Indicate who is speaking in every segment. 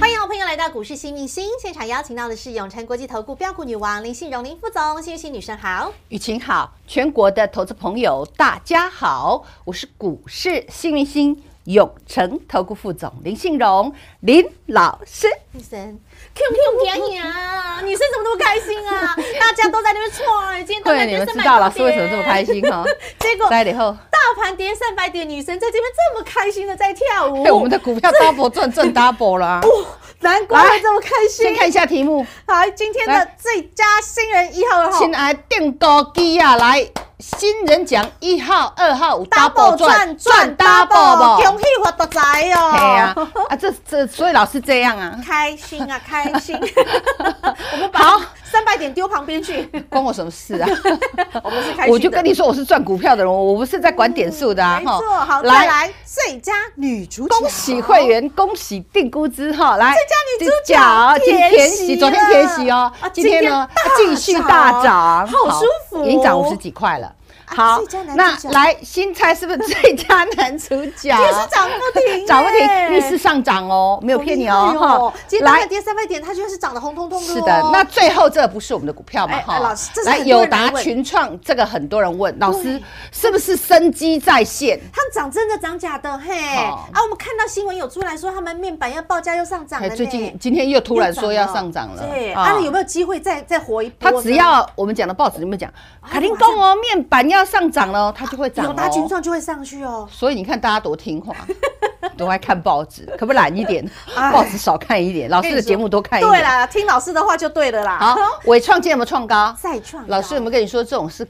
Speaker 1: 欢迎好朋友来到股市新明星现场，邀请到的是永诚国际投顾标股女王林信荣林副总，幸运星女神好。
Speaker 2: 雨晴好，全国的投资朋友大家好，我是股市幸运星永诚投顾副总林信荣林老师。
Speaker 1: 女神，Q Q 便宜啊！女生怎么那么开心啊？大家都在那边错，哎今天都
Speaker 2: 会
Speaker 1: 在
Speaker 2: 员你
Speaker 1: 那边
Speaker 2: 们知
Speaker 1: 三百
Speaker 2: 道老师为什么这么开心 哈？
Speaker 1: 结果
Speaker 2: 待了以后，
Speaker 1: 大盘跌三百点，女神在这边这么开心的在跳舞，
Speaker 2: 哎对我们的股票 double 赚赚 double 啊啦。
Speaker 1: 难怪会这么开心
Speaker 2: 先。看一下题目，
Speaker 1: 好，今天的
Speaker 2: 来
Speaker 1: 最佳新人一号二号
Speaker 2: 亲爱的定高机啊，来新人奖一号、二号有 double 赚赚 double
Speaker 1: 恭
Speaker 2: 不？
Speaker 1: 喜我的仔哦！
Speaker 2: 对呀，啊这这所以老师这样啊，
Speaker 1: 开心啊，开 心！我们
Speaker 2: 好
Speaker 1: 把三百点丢旁边 去，
Speaker 2: 关我什么事啊？
Speaker 1: 我们是开心的。嗯
Speaker 2: 我就跟你说，我是赚股票的人，我我不是在管点数的啊！
Speaker 1: 没
Speaker 2: 哈
Speaker 1: 错，好，再
Speaker 2: 来，
Speaker 1: 来最佳女主角，
Speaker 2: 恭喜会员，恭喜定估值哈！来，
Speaker 1: 最佳女主
Speaker 2: 这哦
Speaker 1: 角
Speaker 2: 今
Speaker 1: 填
Speaker 2: 天
Speaker 1: 息啊
Speaker 2: 喜，昨天填息哦
Speaker 1: 了啊，
Speaker 2: 今天呢
Speaker 1: 今天大
Speaker 2: 继续大涨，
Speaker 1: 涨好舒服啊
Speaker 2: 已经涨五十几块了。好
Speaker 1: 最佳，男
Speaker 2: 那
Speaker 1: 主角
Speaker 2: 来新菜是不是最佳男主角？
Speaker 1: 也是涨不停耶，
Speaker 2: 涨不停，逆势上涨哦，没有
Speaker 1: 好
Speaker 2: 骗你
Speaker 1: 厉害
Speaker 2: 哦！
Speaker 1: 今天大
Speaker 2: 来
Speaker 1: 概，跌三百点，它就是涨得红彤彤的哦。
Speaker 2: 是的，那最后这不是我们的股票嘛？
Speaker 1: 哎哎老师这是
Speaker 2: 来
Speaker 1: 很多
Speaker 2: 友
Speaker 1: 人来
Speaker 2: 达
Speaker 1: 问
Speaker 2: 群创这个很多人问老师
Speaker 1: 对，
Speaker 2: 是不是生机在线？
Speaker 1: 他们涨真的涨假的嘿
Speaker 2: 好
Speaker 1: 啊！我们看到新闻有出来说，他们面板要报价又上涨了
Speaker 2: 哎，
Speaker 1: 呢。
Speaker 2: 最近今天又突然说要上涨了，
Speaker 1: 对，
Speaker 2: 啊
Speaker 1: 啊，那有没有机会再再活一波
Speaker 2: 他
Speaker 1: 呢？
Speaker 2: 只要我们讲的报纸里面讲，卡丁
Speaker 1: 马
Speaker 2: 公哦，面板要上涨了哦，它就会涨
Speaker 1: 啊有达群
Speaker 2: 哦。
Speaker 1: 创就会上去哦。
Speaker 2: 所以你看大家多听话， 都爱看报纸，可不可以懒一点？
Speaker 1: 哎
Speaker 2: 报纸少看一点，老师的节目多看一
Speaker 1: 对
Speaker 2: 点。
Speaker 1: 啦，听老师的话就对了啦。
Speaker 2: 好，伟创今天有没有创高？
Speaker 1: 再创高
Speaker 2: 老师有没有跟你说这种是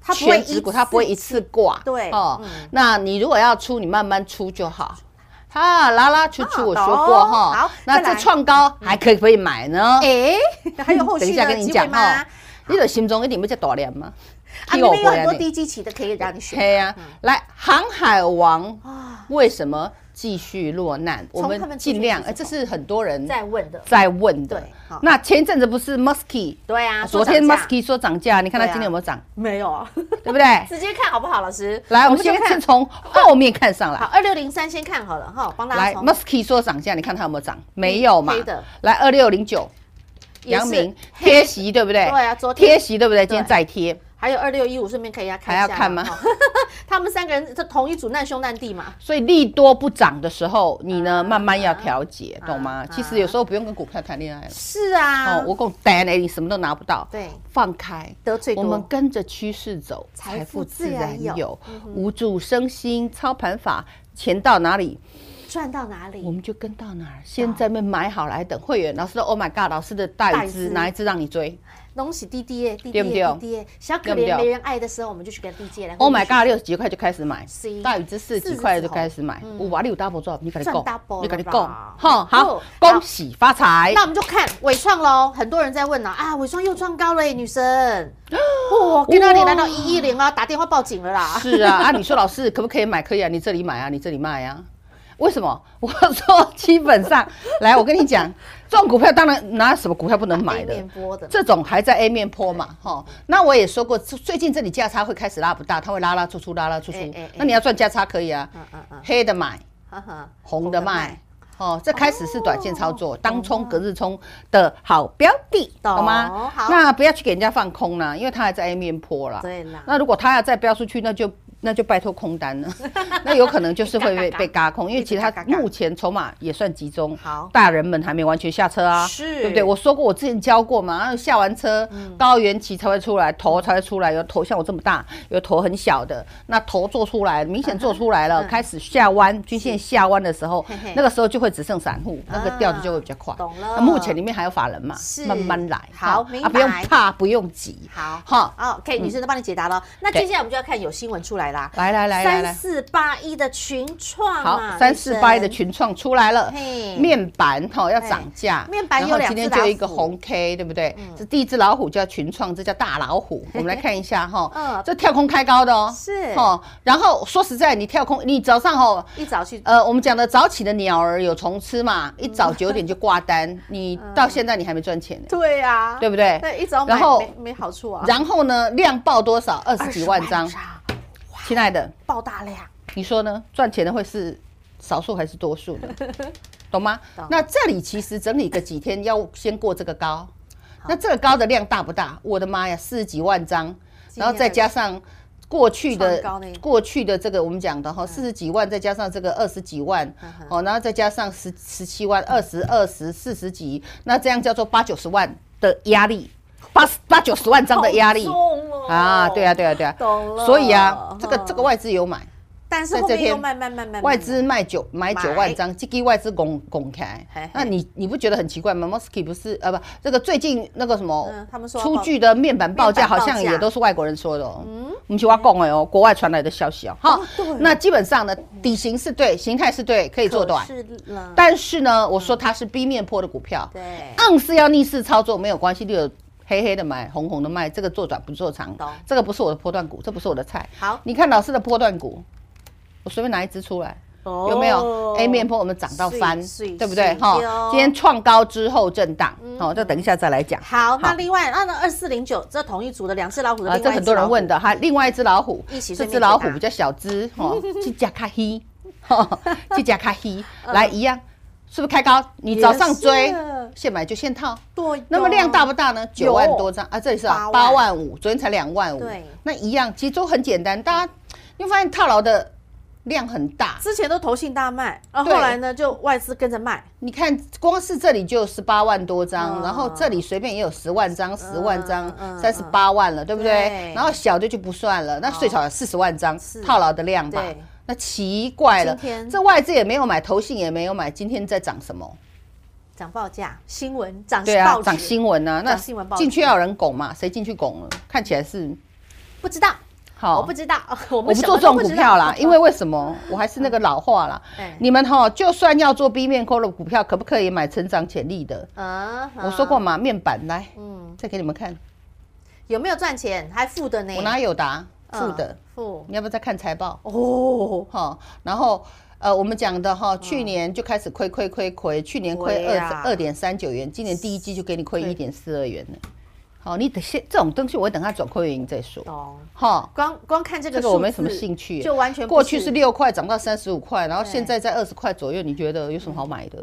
Speaker 1: 它不会
Speaker 2: 全
Speaker 1: 一
Speaker 2: 指股，
Speaker 1: 次
Speaker 2: 它不会一次挂。哦
Speaker 1: 对嗯
Speaker 2: 那你如果要出，你慢慢出就好。啊，拉拉出
Speaker 1: 啊
Speaker 2: 出，我说过
Speaker 1: 懂
Speaker 2: 哈。
Speaker 1: 好
Speaker 2: 那
Speaker 1: 再
Speaker 2: 这
Speaker 1: 来
Speaker 2: 创高还可以可以买呢。
Speaker 1: 哎，还有后续
Speaker 2: 等一下
Speaker 1: 的
Speaker 2: 跟你
Speaker 1: 机会
Speaker 2: 讲
Speaker 1: 吗？
Speaker 2: 哈
Speaker 1: 啊，，
Speaker 2: 你的心中一定要叫大念吗？
Speaker 1: 里面有
Speaker 2: 去
Speaker 1: 很
Speaker 2: 我
Speaker 1: 多
Speaker 2: 回来
Speaker 1: 低基嗯期的可以让你选
Speaker 2: 嘿呀、来航海王
Speaker 1: 啊。
Speaker 2: 为什么继续落难？
Speaker 1: 从
Speaker 2: 我
Speaker 1: 他们
Speaker 2: 们尽量，
Speaker 1: 继续
Speaker 2: 哎，这是很多人
Speaker 1: 在问的，
Speaker 2: 在问的
Speaker 1: 对好。
Speaker 2: 那前一阵子不是 Musky，
Speaker 1: 对啊，
Speaker 2: 昨天
Speaker 1: 说涨价
Speaker 2: Musky 说涨价，你看它
Speaker 1: 对啊
Speaker 2: 今天有没有涨，
Speaker 1: 没有 啊，
Speaker 2: 对不对？
Speaker 1: 直接看好不好，老师？
Speaker 2: 来，我们先
Speaker 1: 就看呃
Speaker 2: 先从后面看上
Speaker 1: 好
Speaker 2: 来。
Speaker 1: 二六零三先看好了哈，帮大家
Speaker 2: 来
Speaker 1: 从
Speaker 2: ，Musky 说涨价，你看它有没有涨？没有嘛
Speaker 1: 嗯黑的。
Speaker 2: 来，二六零九，
Speaker 1: 也是
Speaker 2: 阳明贴息，对不对？
Speaker 1: 对啊昨天
Speaker 2: 贴息，对不对？今天
Speaker 1: 对
Speaker 2: 再贴，
Speaker 1: 还有二六一五，顺便可以来看一下。
Speaker 2: 还要看吗
Speaker 1: 哈？ 他们三个人是同一组难兄难弟嘛。
Speaker 2: 所以利多不涨的时候，你呢慢慢要调节，
Speaker 1: 啊
Speaker 2: 懂吗
Speaker 1: 啊？
Speaker 2: 其实有时候不用跟股票谈恋爱了。
Speaker 1: 是啊，
Speaker 2: 哦，我跟你呆呢，你什么都拿不到。
Speaker 1: 对
Speaker 2: 放开，
Speaker 1: 得最多
Speaker 2: 我们跟着趋势走，
Speaker 1: 财富自然有嗯
Speaker 2: 有，无助生心，操盘法，钱到哪里
Speaker 1: 赚到哪
Speaker 2: 我
Speaker 1: 里？
Speaker 2: 们就跟到哪儿。现在面买好来等会员老师的 Oh my God，老师的大
Speaker 1: 大
Speaker 2: 禹
Speaker 1: 禹
Speaker 2: 之
Speaker 1: 之
Speaker 2: 哪一只让你追
Speaker 1: 东西滴滴耶，滴滴
Speaker 2: 对
Speaker 1: 耶，
Speaker 2: 不对
Speaker 1: 滴滴耶，小可
Speaker 2: 对不
Speaker 1: 怜
Speaker 2: 对
Speaker 1: 没人爱的时候，我们就去跟地借来。
Speaker 2: ？Oh my God，六十几块就开始买
Speaker 1: 是，
Speaker 2: 大禹之四十几块就开始买，哇，你有 double 赚，你跟你
Speaker 1: 赚
Speaker 2: 讲
Speaker 1: double，
Speaker 2: 你跟你
Speaker 1: 了
Speaker 2: 讲，
Speaker 1: 吧
Speaker 2: 哈，
Speaker 1: 好
Speaker 2: 好，恭喜发财
Speaker 1: 那。我们就看伟创喽，很多人在问呢，啊，伟创又创高了耶，女 神，哇，跟那里来到一一零啊，打电话报警了啦。
Speaker 2: 是 啊，啊，你说老师可不可以买？可以啊，你这里买啊，你这里卖啊。为什么？ 我说基本上，来，我跟你讲，这种股票当然哪有什么股票不能买
Speaker 1: A
Speaker 2: 的
Speaker 1: 面波的，
Speaker 2: 这种还在 A 面坡嘛，哈。那我也说过，最最近这里价差会开始拉不大，它会拉拉出出，拉拉出出
Speaker 1: 哎哎哎。
Speaker 2: 那你要赚价差可以啊，
Speaker 1: 嗯嗯嗯，
Speaker 2: 黑的买，
Speaker 1: 哈哈，
Speaker 2: 红的卖。哦，这开始是短线操作，当冲隔日冲的好标的，
Speaker 1: 哦懂
Speaker 2: 懂吗？
Speaker 1: 好
Speaker 2: 那不要去给人家放空啦，因为它还在 A 面坡啦。
Speaker 1: 对 啦，
Speaker 2: 那如果它要再飙出去，那就那就拜托空 单了，那有可能就是会
Speaker 1: 嘎嘎
Speaker 2: 被
Speaker 1: 嘎
Speaker 2: 被嘎空，因为其实
Speaker 1: 一直
Speaker 2: 它
Speaker 1: 嘎嘎嘎
Speaker 2: 目前筹码也算集中，
Speaker 1: 好
Speaker 2: 大人们还没完全下车啊，
Speaker 1: 是嗯
Speaker 2: 对不对？我说过，我之前教过嘛，然后下完车，高原期才会出来，头才会出来，有头像我这么大，有头很小的，那头做出来，明显做出
Speaker 1: 嗯
Speaker 2: 来了，开始下弯，均线下弯的时候
Speaker 1: 嘿嘿，
Speaker 2: 那个时候就会只剩散户，那个
Speaker 1: 啊
Speaker 2: 掉的就会比较快。
Speaker 1: 懂了
Speaker 2: 那目前里面还有法人嘛
Speaker 1: 是，
Speaker 2: 慢慢来，
Speaker 1: 好
Speaker 2: 哈
Speaker 1: 明
Speaker 2: 啊，不用
Speaker 1: 白
Speaker 2: 怕，不用急，
Speaker 1: 好，
Speaker 2: 哈。嗯
Speaker 1: 好，OK，女生都帮你解答了。那接下来我们就要看有新闻出来啦，
Speaker 2: 来来来来
Speaker 1: 三
Speaker 2: 来，
Speaker 1: 四八一的群创
Speaker 2: 好
Speaker 1: 嘛，，
Speaker 2: 三四八一的群创出来了
Speaker 1: 嘿，
Speaker 2: 面板哈要涨价，
Speaker 1: 面板有
Speaker 2: 然后
Speaker 1: 两
Speaker 2: 今天
Speaker 1: 只
Speaker 2: 就
Speaker 1: 老
Speaker 2: 一个
Speaker 1: 虎嗯
Speaker 2: 红 K，对不对？这第一只老虎叫群创，这叫大 老虎。我们来看一下哈
Speaker 1: 嗯，
Speaker 2: 这跳空开高的哦，
Speaker 1: 是
Speaker 2: 哦。然后说实在，你跳空，你早上哈
Speaker 1: 一早去
Speaker 2: 呃，我们讲的早起的鸟儿有虫吃嘛，
Speaker 1: 嗯
Speaker 2: 一早九点就挂 单，你到现在你还没赚钱呢，
Speaker 1: 对啊，
Speaker 2: 对不对？
Speaker 1: 对，一早买
Speaker 2: 然后
Speaker 1: 没没好处啊，
Speaker 2: 然后呢，量爆多少？二十
Speaker 1: 20
Speaker 2: 几万张，
Speaker 1: 张
Speaker 2: 亲爱的，
Speaker 1: 爆大量，
Speaker 2: 你说呢？赚钱的会是少数还是多数 呢？懂吗
Speaker 1: 懂？
Speaker 2: 那这里其实整理个几天，要先过这个高，那这个高的量大不大？我的妈呀，四十几万张，
Speaker 1: 今
Speaker 2: 然后再
Speaker 1: 天
Speaker 2: 加上。过去的
Speaker 1: 创高呢嗯
Speaker 2: 过去的这个我们讲的哈，四十几万，再加上这个二十几万，哦，然后再加上十十七万、二十二十、四十几，那这样叫做八九十万的压力，八八九十万张的压力
Speaker 1: 好重哦
Speaker 2: 啊，对啊，对啊，对啊，
Speaker 1: 懂了
Speaker 2: 所以啊，这个
Speaker 1: 嗯
Speaker 2: 这个外资有买，
Speaker 1: 但是
Speaker 2: 在
Speaker 1: 后
Speaker 2: 这
Speaker 1: 面又
Speaker 2: 天
Speaker 1: 慢慢慢慢慢
Speaker 2: 外资卖九买
Speaker 1: 买
Speaker 2: 九万张，这个外资拱拱起
Speaker 1: 嘿嘿
Speaker 2: 来，那你你不觉得很奇怪吗？Mosky 不是呃不，这个最近那个什么
Speaker 1: 嗯他们说要
Speaker 2: 哦出
Speaker 1: 报
Speaker 2: 具的面板报价
Speaker 1: 面板
Speaker 2: 好
Speaker 1: 报
Speaker 2: 像也
Speaker 1: 价嗯
Speaker 2: 都是外国人说的哦，不是我讲的哦，国外传来的消息哦。好，那基本上呢，底型是对，形态是对，可以做短，
Speaker 1: 是了，
Speaker 2: 但是呢，我说它是 B 面坡的股票，
Speaker 1: 对，
Speaker 2: 硬是要逆势操作没有关系，就有黑黑的买，红红的卖，这个做短不做长
Speaker 1: 懂，
Speaker 2: 这个不是我的波段股，这不是我的菜。
Speaker 1: 好
Speaker 2: 你看老师的波段股，我随便拿一只出来。有没有
Speaker 1: 哦
Speaker 2: A 面坡我们涨到翻
Speaker 1: 水水，
Speaker 2: 对不对？
Speaker 1: 水
Speaker 2: 哈
Speaker 1: 对哦，
Speaker 2: 今天创高之后震荡，好，这等一下再来讲。
Speaker 1: 嗯好，那另外那那二四零九这同一组的两只老虎的
Speaker 2: 啊，
Speaker 1: 另外
Speaker 2: 这
Speaker 1: 一只
Speaker 2: 很多人
Speaker 1: 老虎
Speaker 2: 问的，还另外一只老虎，
Speaker 1: 一起
Speaker 2: 这
Speaker 1: 顺便
Speaker 2: 只老
Speaker 1: 解
Speaker 2: 虎
Speaker 1: 答
Speaker 2: 比较小只， 哦，去加卡黑，哦，去加卡黑，来一样，是不是开高？你早上
Speaker 1: 嗯也
Speaker 2: 追
Speaker 1: 是，
Speaker 2: 现买就现套。
Speaker 1: 对，啊
Speaker 2: 那么量大不大呢？
Speaker 1: 有
Speaker 2: 九万多张啊，这里是啊
Speaker 1: 八
Speaker 2: 八
Speaker 1: 万
Speaker 2: 万五，昨天才两万五
Speaker 1: 对，
Speaker 2: 那一样，其实都很简单，大家你会发现套牢的量很大。
Speaker 1: 之前都投信大卖，然后
Speaker 2: 对
Speaker 1: 后来呢就外资跟着卖，
Speaker 2: 你看，光是这里就十八万多张，
Speaker 1: 嗯
Speaker 2: 然后这里随便也有十万张、十万张
Speaker 1: 嗯、
Speaker 2: 三十八万了，对不对
Speaker 1: 对？哦
Speaker 2: 然后小的就不算了，那最少有四十万张
Speaker 1: 是
Speaker 2: 套牢的量吧
Speaker 1: 对？
Speaker 2: 那奇怪了
Speaker 1: 今天，
Speaker 2: 这外资也没有买，投信也没有买，今天在涨什么？
Speaker 1: 涨报价，新闻涨
Speaker 2: 对
Speaker 1: 报
Speaker 2: 啊，
Speaker 1: 纸
Speaker 2: 涨新闻啊，那
Speaker 1: 涨新闻报纸
Speaker 2: 进去要有人拱嘛，谁进去拱了？看起来是
Speaker 1: 不知道，
Speaker 2: 好，
Speaker 1: 我不知道， 我
Speaker 2: 哦我
Speaker 1: 们
Speaker 2: 不
Speaker 1: 什
Speaker 2: 做
Speaker 1: 么
Speaker 2: 这
Speaker 1: 都
Speaker 2: 种股
Speaker 1: 知道
Speaker 2: 票啦，因为为什么？我还是那个老话啦
Speaker 1: 哎，
Speaker 2: 你们哈，就算要做 B 面扣的股票，可不可以买成长潜力的？
Speaker 1: 啊，
Speaker 2: 我说过嘛，面板来，
Speaker 1: 嗯
Speaker 2: 再给你们看，
Speaker 1: 有没有赚钱还负的呢？
Speaker 2: 我哪有答负的
Speaker 1: 哎嗯？负
Speaker 2: 你要不要再看财报？
Speaker 1: 哦，
Speaker 2: 哈，然后呃，我们讲的哈，去年就开始亏亏亏亏，去年亏
Speaker 1: 嗯亏
Speaker 2: 二
Speaker 1: 啊
Speaker 2: 二点三九元，今年第一季就给你亏一点四二元了。好，你等现这种东西，我等它转亏为盈再说。
Speaker 1: 懂。
Speaker 2: 哈，
Speaker 1: 光光看这个
Speaker 2: 这个我
Speaker 1: 数
Speaker 2: 没什么
Speaker 1: 字
Speaker 2: 兴趣耶，
Speaker 1: 就完全不
Speaker 2: 过去是六块涨到三十五块，然后
Speaker 1: 对嗯
Speaker 2: 现在在二十块左右，你觉得有什么好买的？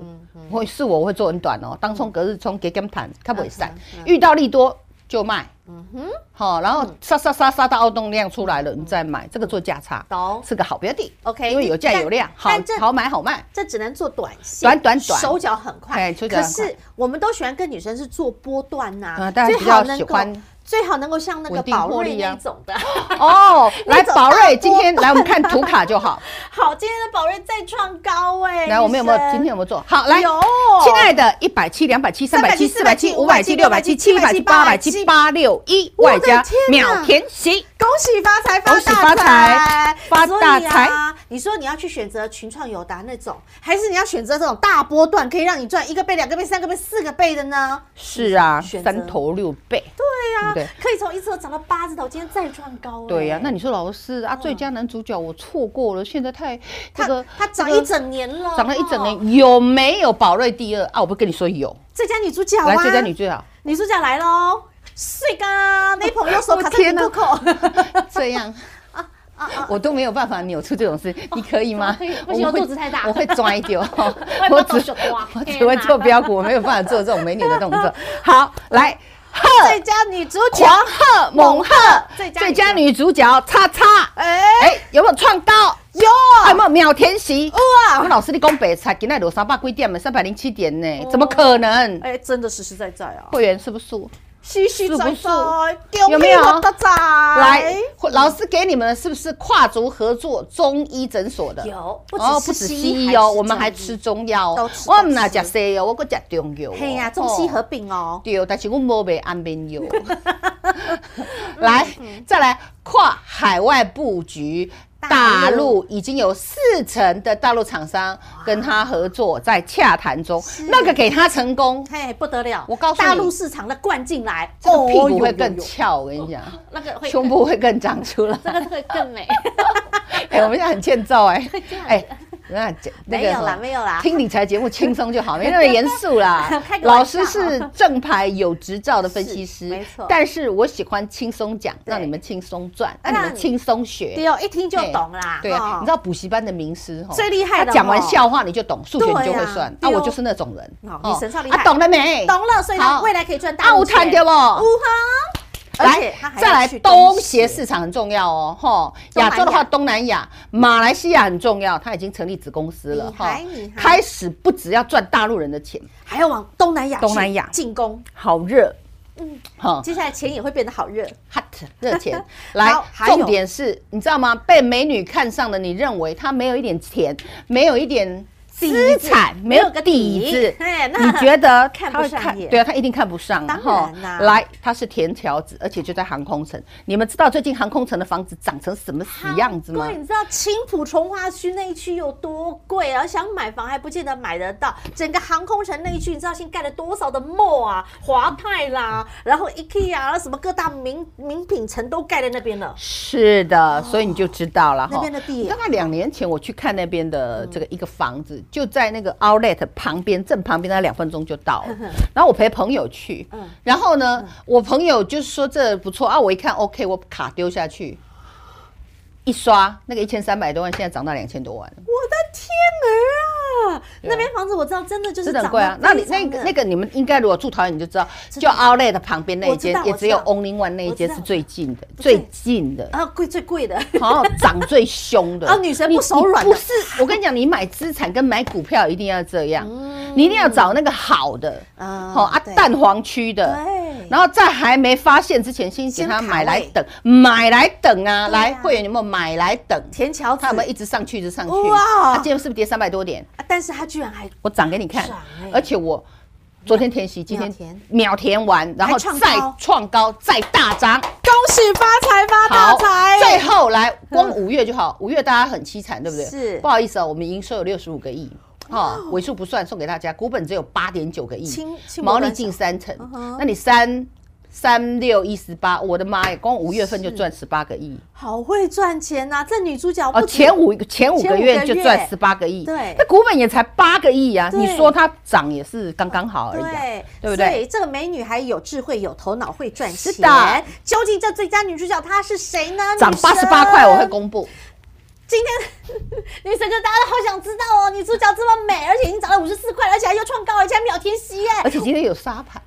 Speaker 2: 我是我我会做很短哦，当冲隔日冲给跟盘，它不会散，
Speaker 1: 嗯
Speaker 2: 遇到利多就卖。嗯哼，好，然后杀杀杀杀到凹动量出来了，你再买，这个做价差，
Speaker 1: 懂
Speaker 2: 是个好标的。
Speaker 1: OK，
Speaker 2: 因为有价有量，好
Speaker 1: 但这
Speaker 2: 好买好 卖。
Speaker 1: 这只能做短线，
Speaker 2: 短短短
Speaker 1: 手脚很快。
Speaker 2: 哎手脚很快
Speaker 1: 可是我们都喜欢跟女生是做波段呐、
Speaker 2: 啊大家
Speaker 1: 最
Speaker 2: 比较
Speaker 1: 好能
Speaker 2: 喜
Speaker 1: 够
Speaker 2: 欢
Speaker 1: 最好能够像那个
Speaker 2: 稳定
Speaker 1: 宝
Speaker 2: 获
Speaker 1: 瑞
Speaker 2: 利啊
Speaker 1: 那种的。
Speaker 2: 哦，来
Speaker 1: 那种大
Speaker 2: 宝
Speaker 1: 波
Speaker 2: 瑞，今天来我们看图卡就好。
Speaker 1: 好，今天的宝瑞再创高哎、
Speaker 2: 来，我们有没有
Speaker 1: 女神
Speaker 2: 今天有没有做好？来，
Speaker 1: 有
Speaker 2: 亲爱的，一百七、两百七、三百七、四百七、五百七、六百七、七百七、八百七、八六一，
Speaker 1: 我
Speaker 2: 外
Speaker 1: 的
Speaker 2: 加
Speaker 1: 天哪
Speaker 2: 秒填息。
Speaker 1: 恭喜发财，
Speaker 2: 恭喜
Speaker 1: 大
Speaker 2: 发财发
Speaker 1: 所以
Speaker 2: 大财
Speaker 1: 啊！你说你要去选择群创友达那种，还是你要选择这种大波段，可以让你赚一个倍、两个倍、三个倍、四个倍的呢？
Speaker 2: 是啊，
Speaker 1: 选择
Speaker 2: 三头六倍。
Speaker 1: 对啊，
Speaker 2: 对
Speaker 1: 可以从一字头涨到八字头，今天再创高、哎
Speaker 2: 对呀、那你说老师啊，最佳男主角我错过了，现在太这
Speaker 1: 它
Speaker 2: 个
Speaker 1: 它涨一整年了，
Speaker 2: 涨了一整
Speaker 1: 哦。
Speaker 2: 年，有没有宝瑞第二啊？我不跟你说有，
Speaker 1: 最佳女主角啊，
Speaker 2: 来最佳女主角。
Speaker 1: 女主角来喽，睡噶，那朋友手卡在
Speaker 2: 哦天
Speaker 1: 你
Speaker 2: 哪
Speaker 1: 裤 口，啊
Speaker 2: 这样。我都没有办法扭出这种事，你可以吗
Speaker 1: 怎么可 以？不
Speaker 2: 我
Speaker 1: 行
Speaker 2: 会
Speaker 1: 我肚子太大。
Speaker 2: 我会拽丢
Speaker 1: 我
Speaker 2: 我
Speaker 1: 也不
Speaker 2: 只
Speaker 1: 懂手啊
Speaker 2: 我只
Speaker 1: 天哪
Speaker 2: 会做标股，我没有办法做这种美女的动作。 好，来，贺
Speaker 1: 最佳女主角
Speaker 2: 狂，贺猛贺
Speaker 1: 最佳女
Speaker 2: 最佳女主角叉叉，
Speaker 1: 哎，
Speaker 2: 哎，有没有创高？
Speaker 1: 有
Speaker 2: 啊有没有秒填席？
Speaker 1: 哇
Speaker 2: 我老师你讲北才今天有三百几点呢？三百零七点呢？怎么可能？
Speaker 1: 哦哎，真的实实在在啊，
Speaker 2: 会员是不是输？
Speaker 1: 实实
Speaker 2: 是
Speaker 1: 在
Speaker 2: 不
Speaker 1: 在
Speaker 2: 是，
Speaker 1: 丢
Speaker 2: 有没有
Speaker 1: 的仔，
Speaker 2: 来，老师给你们的是不是跨足合作中医诊所的？
Speaker 1: 有不只
Speaker 2: 哦，
Speaker 1: 是
Speaker 2: 不止
Speaker 1: 西
Speaker 2: 西
Speaker 1: 还
Speaker 2: 医哦，
Speaker 1: 是
Speaker 2: 我们
Speaker 1: 中
Speaker 2: 还
Speaker 1: 医
Speaker 2: 吃中药
Speaker 1: 都
Speaker 2: 哦
Speaker 1: 吃，
Speaker 2: 我
Speaker 1: 都
Speaker 2: 唔那
Speaker 1: 吃
Speaker 2: 食西药，我搁食中药哦。
Speaker 1: 嘿呀，中西合
Speaker 2: 哦
Speaker 1: 并哦，
Speaker 2: 对，但是我无卖安眠药， 来，
Speaker 1: 嗯
Speaker 2: 再来跨海外布局。
Speaker 1: 大
Speaker 2: 大
Speaker 1: 陆
Speaker 2: 陆已经有四成的大陆厂商跟他合作，在洽谈中，那个给他成功，
Speaker 1: 嘿，不得了！
Speaker 2: 我告诉你
Speaker 1: 大陆市场的灌进来，
Speaker 2: 这个屁
Speaker 1: 哦
Speaker 2: 股
Speaker 1: 有
Speaker 2: 会
Speaker 1: 有
Speaker 2: 更
Speaker 1: 有
Speaker 2: 翘。我跟你讲，
Speaker 1: 哦那个会
Speaker 2: 胸部会更长出来。
Speaker 1: 那个会更美。
Speaker 2: 哎，我们现在很欠揍哎，哎，那那
Speaker 1: 没
Speaker 2: 个
Speaker 1: 有
Speaker 2: 什
Speaker 1: 啦，
Speaker 2: 么
Speaker 1: 没有啦，
Speaker 2: 听理财节目轻松就好，没那么严肃啦
Speaker 1: 开。个玩
Speaker 2: 老
Speaker 1: 笑
Speaker 2: 师是正牌有执照的分析师，
Speaker 1: 是没错
Speaker 2: 但是我喜欢轻松讲，
Speaker 1: 对
Speaker 2: 让你们轻松赚，
Speaker 1: 啊
Speaker 2: 让你
Speaker 1: 让
Speaker 2: 们
Speaker 1: 你
Speaker 2: 轻松学。
Speaker 1: 对哦，一听就懂啦。
Speaker 2: 对啊
Speaker 1: 哦，
Speaker 2: 你知道补习班的名师哈，
Speaker 1: 最厉害的
Speaker 2: 他讲完
Speaker 1: 吼
Speaker 2: 笑话你就懂，数学你
Speaker 1: 对
Speaker 2: 就会
Speaker 1: 啊
Speaker 2: 算。啊，
Speaker 1: 对哦
Speaker 2: 我就是那种人。
Speaker 1: 哦
Speaker 2: 哦
Speaker 1: 你神少厉害
Speaker 2: 啊，懂了没？
Speaker 1: 懂了，所以他
Speaker 2: 好
Speaker 1: 未来可以赚大
Speaker 2: 啊，我
Speaker 1: 陆
Speaker 2: 看
Speaker 1: 钱。
Speaker 2: 对
Speaker 1: 呜
Speaker 2: 不？
Speaker 1: 哈！而且他还
Speaker 2: 再
Speaker 1: 要
Speaker 2: 来
Speaker 1: 去
Speaker 2: 东协市场很重要哦，哈，
Speaker 1: 东南亚
Speaker 2: 亚洲的话，东南亚、马来西亚很重要，它已经成立子公司了
Speaker 1: 厉害厉害
Speaker 2: 开始不只要赚大陆人的钱，
Speaker 1: 还要往东南亚去
Speaker 2: 东南亚哦
Speaker 1: 进攻，
Speaker 2: 好热，
Speaker 1: 嗯，
Speaker 2: 哈
Speaker 1: 接下来钱也会变得好热。
Speaker 2: ，hot 热钱。来，
Speaker 1: 还有
Speaker 2: 重点是，你知道吗？被美女看上的，你认为她没有一点钱，没有一点资产，没有个底子，
Speaker 1: 哎，那
Speaker 2: 你觉得
Speaker 1: 看
Speaker 2: 他会
Speaker 1: 不上眼
Speaker 2: 对啊，他一定看不上啊。
Speaker 1: 当
Speaker 2: 哈
Speaker 1: 然啦
Speaker 2: 来，他是田条子，而且就在航空城。你们知道最近航空城的房子涨成什么死样子吗
Speaker 1: 好？贵你知道青浦从化区那一区有多贵啊？想买房还不见得买得到。整个航空城那一区，你知道现在盖了多少的 mall 啊、华泰啦，
Speaker 2: 嗯
Speaker 1: 然后 IKEA 啊，什么各大名名品城都盖在那边了。
Speaker 2: 是的，所以你就知道了
Speaker 1: 那边的地
Speaker 2: 大概两年前我去看那边的这个一个房子，就在那个 Outlet 旁边，正旁边，大概两分钟就到了。然后我陪朋友去
Speaker 1: 嗯，
Speaker 2: 然后呢，我朋友就是说这不错啊，我一看 OK，我卡丢下去。一刷那个一千三百多万，现在涨到两千多万了，
Speaker 1: 我的天儿啊！那边房子我知道，真的就是
Speaker 2: 真的很
Speaker 1: 涨
Speaker 2: 贵啊！
Speaker 1: 得
Speaker 2: 那你
Speaker 1: 非常的
Speaker 2: 那个那个，你们应该如果住桃园，你就知道，
Speaker 1: 真的
Speaker 2: 就 Outlet 旁边那一间
Speaker 1: 我知道，
Speaker 2: 也只有
Speaker 1: 我知道
Speaker 2: Only One 那一间
Speaker 1: 我知
Speaker 2: 是
Speaker 1: 道
Speaker 2: 最近的，
Speaker 1: 对
Speaker 2: 最近的。
Speaker 1: 啊贵最贵 的，
Speaker 2: 好像涨最凶的
Speaker 1: 啊女神
Speaker 2: 你
Speaker 1: 不手软
Speaker 2: 你不
Speaker 1: 的
Speaker 2: 是，我跟你讲，你买资产跟买股票一定要这样，你一定要找那个好的，
Speaker 1: 啊
Speaker 2: 好啊
Speaker 1: 嗯对，
Speaker 2: 蛋黄区的，
Speaker 1: 对
Speaker 2: 然后在还没发现之前，先给
Speaker 1: 先
Speaker 2: 他
Speaker 1: 卡
Speaker 2: 买来
Speaker 1: 位
Speaker 2: 等，买来等啊，
Speaker 1: 对
Speaker 2: 来
Speaker 1: 啊
Speaker 2: 会员有没有买来等？
Speaker 1: 田桥子
Speaker 2: 他有没有一直上去，一直上去？
Speaker 1: 哇
Speaker 2: 哇！今天是不是跌三百多点？
Speaker 1: 啊但是他居然还
Speaker 2: 我涨给你看
Speaker 1: 爽欸，
Speaker 2: 而且我昨天填息，今
Speaker 1: 秒
Speaker 2: 天
Speaker 1: 填
Speaker 2: 秒填完，然后
Speaker 1: 还创
Speaker 2: 再
Speaker 1: 高
Speaker 2: 创高，再大涨。
Speaker 1: 恭喜发财发 大
Speaker 2: 好，
Speaker 1: 财，
Speaker 2: 最后来光五月 就好，五月大家很凄惨，对不对？
Speaker 1: 是哦
Speaker 2: 不好意思哦，我们营收有六十五个亿。哈、尾数不算，送给大家，股本只有八点九个亿
Speaker 1: 轻，轻薄
Speaker 2: 毛
Speaker 1: 短小
Speaker 2: 利近三成。
Speaker 1: 嗯哼
Speaker 2: 那你三三六一十八，我的妈呀，光五月份就赚十八个亿
Speaker 1: 好会赚钱呐！这女主角
Speaker 2: 哦！
Speaker 1: 不止
Speaker 2: 前五前五
Speaker 1: 前
Speaker 2: 个
Speaker 1: 五
Speaker 2: 月
Speaker 1: 个
Speaker 2: 就
Speaker 1: 月
Speaker 2: 赚十八个亿，
Speaker 1: 对
Speaker 2: 那股本也才八个亿啊！
Speaker 1: 对
Speaker 2: 你说它涨也是刚刚好而已、啊，
Speaker 1: 对，
Speaker 2: 对
Speaker 1: 所
Speaker 2: 不对？
Speaker 1: 以这个美女还有智慧、有头脑、会赚钱。
Speaker 2: 是的
Speaker 1: 究竟这最佳女主角她是谁呢？
Speaker 2: 涨
Speaker 1: 女神
Speaker 2: 八十八块我会。公布，
Speaker 1: 今天 女神跟大家都好想知道哦，女主角这么美，而且已经涨了五十四块，而且还又创高，而且还秒天息耶，
Speaker 2: 而且今天有沙盘，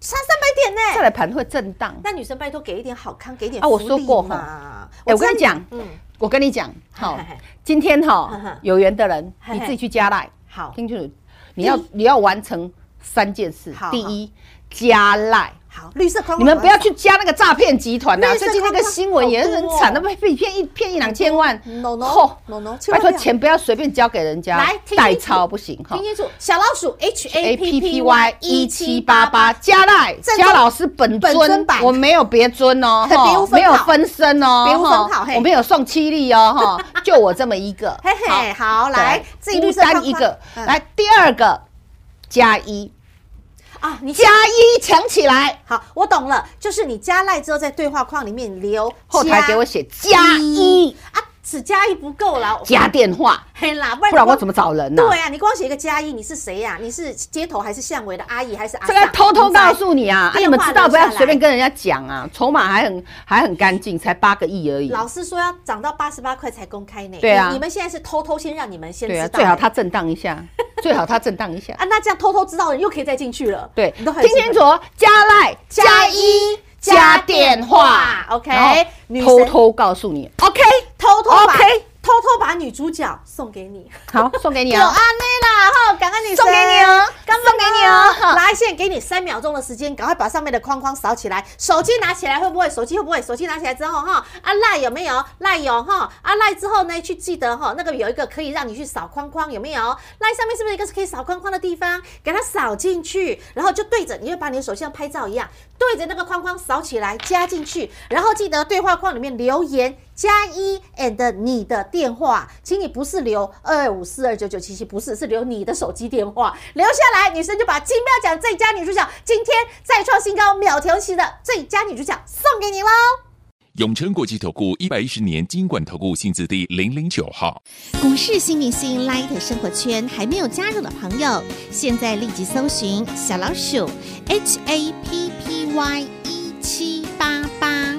Speaker 1: 差三百点
Speaker 2: 再
Speaker 1: 呢。
Speaker 2: 来盘会震荡。
Speaker 1: 那女神拜托给一点好康，给一点
Speaker 2: 啊我
Speaker 1: 福
Speaker 2: 说
Speaker 1: 利
Speaker 2: 过
Speaker 1: 嘛。
Speaker 2: 哎我
Speaker 1: 知道
Speaker 2: 跟你讲
Speaker 1: 嗯，
Speaker 2: 我跟你讲，好
Speaker 1: 嗨嗨嗨，
Speaker 2: 今天
Speaker 1: 哈哈
Speaker 2: 哈有缘的人，
Speaker 1: 嗨
Speaker 2: 你
Speaker 1: 嗨
Speaker 2: 自己去加赖，
Speaker 1: 好嗯
Speaker 2: 听清楚，你要你要完成三件事
Speaker 1: 好，哦
Speaker 2: 第一，加赖。
Speaker 1: 好，绿色框框
Speaker 2: 你们不要去加那个诈骗集团呐！
Speaker 1: 绿色
Speaker 2: 最近那个
Speaker 1: 框框
Speaker 2: 新闻也是很
Speaker 1: 好
Speaker 2: 惨，
Speaker 1: 多
Speaker 2: 那
Speaker 1: 哦嗯
Speaker 2: 被被骗一骗一两千万
Speaker 1: ，no no
Speaker 2: 吼
Speaker 1: no no，千
Speaker 2: 拜
Speaker 1: 万不
Speaker 2: 托
Speaker 1: 要
Speaker 2: 钱不要随便交给人家，
Speaker 1: 来听清楚
Speaker 2: 代抄不行哈
Speaker 1: 听。清楚，小老鼠 H A
Speaker 2: A
Speaker 1: P
Speaker 2: P
Speaker 1: P Y
Speaker 2: P Y
Speaker 1: 一
Speaker 2: 一
Speaker 1: 七
Speaker 2: 七
Speaker 1: 八
Speaker 2: 八
Speaker 1: 八
Speaker 2: 八，加赖
Speaker 1: 正宗
Speaker 2: 加老师本
Speaker 1: 本尊
Speaker 2: 尊
Speaker 1: 版
Speaker 2: 我没有别尊哦，
Speaker 1: 别
Speaker 2: 哈
Speaker 1: 无分
Speaker 2: 没有
Speaker 1: 号
Speaker 2: 分身哦，
Speaker 1: 别无分
Speaker 2: 哈
Speaker 1: 号嘿
Speaker 2: 我没有送七粒哦，哈，就我这么一个，
Speaker 1: 嘿嘿，好来
Speaker 2: 对，
Speaker 1: 自己
Speaker 2: 孤
Speaker 1: 绿色框
Speaker 2: 单一
Speaker 1: 框
Speaker 2: 个，
Speaker 1: 嗯
Speaker 2: 来第二个加一
Speaker 1: 啊，你
Speaker 2: 加一抢起来，
Speaker 1: 好，我懂了，就是你加赖之后，在对话框里面留
Speaker 2: 后台
Speaker 1: 加
Speaker 2: 给我写加一
Speaker 1: 啊，只加一不够啦，
Speaker 2: 加电话，
Speaker 1: 嘿啦，不然
Speaker 2: 不然我怎
Speaker 1: 么？
Speaker 2: 么找人呢？
Speaker 1: 对啊，你光写一个加一，你是谁呀、你是街头还是巷尾的阿姨还是阿
Speaker 2: 这
Speaker 1: 嫂？
Speaker 2: 个偷偷
Speaker 1: 啊你在
Speaker 2: 告诉你啊，啊
Speaker 1: 电
Speaker 2: 你
Speaker 1: 话
Speaker 2: 们知道不要
Speaker 1: 留下来
Speaker 2: 随便跟人家讲啊，筹码还很还很干净，才八个亿而已。
Speaker 1: 老师说要涨到八十八块才公开呢。
Speaker 2: 对啊
Speaker 1: 你你们现在是偷偷先让你们先知
Speaker 2: 对
Speaker 1: 道
Speaker 2: 啊，
Speaker 1: 呢，
Speaker 2: 最好它震荡 一下，最好它震荡一下。
Speaker 1: 啊，那这样偷偷知道的人又可以再进去了。
Speaker 2: 对，
Speaker 1: 你都很
Speaker 2: 听清楚，哦，加赖
Speaker 1: 加一
Speaker 2: 加电话
Speaker 1: ，OK，
Speaker 2: 然后
Speaker 1: 女
Speaker 2: 偷
Speaker 1: 神
Speaker 2: 偷告诉你，OK，
Speaker 1: 偷偷把
Speaker 2: OK
Speaker 1: 偷偷把女主角送给你。
Speaker 2: 好，送给你
Speaker 1: 有
Speaker 2: 啊
Speaker 1: 安。内啦，哈，感恩女神
Speaker 2: 送给你哦，
Speaker 1: 干送给你哦，来，现在给你三秒钟的时间，赶快把上面的框框扫起来。手机拿起来会不会？手机会不会？手机拿起来之后哈，啊赖有没有？赖有哈，啊赖之后呢，去记得哈，那个有一个可以让你去扫框框，有没有？赖上面是不是有一个可以扫框框的地方？给它扫进去，然后就对着，你会把你的手像拍照一样，对着那个框框扫起来，加进去，然后记得对话框里面留言。加一 and 你的电话，请你不是留二五四二九九七七，不是是留你的手机电话留下来，女生就把金标奖最佳女主角今天再创新高秒调旗的最佳女主角送给你喽！
Speaker 3: 永诚国际投顾一百一十年金管投顾性质第零零九号，
Speaker 4: 股市新明星 Light 生活圈还没有加入的朋友，现在立即搜寻小老鼠 HAPPY 一 E 七八八，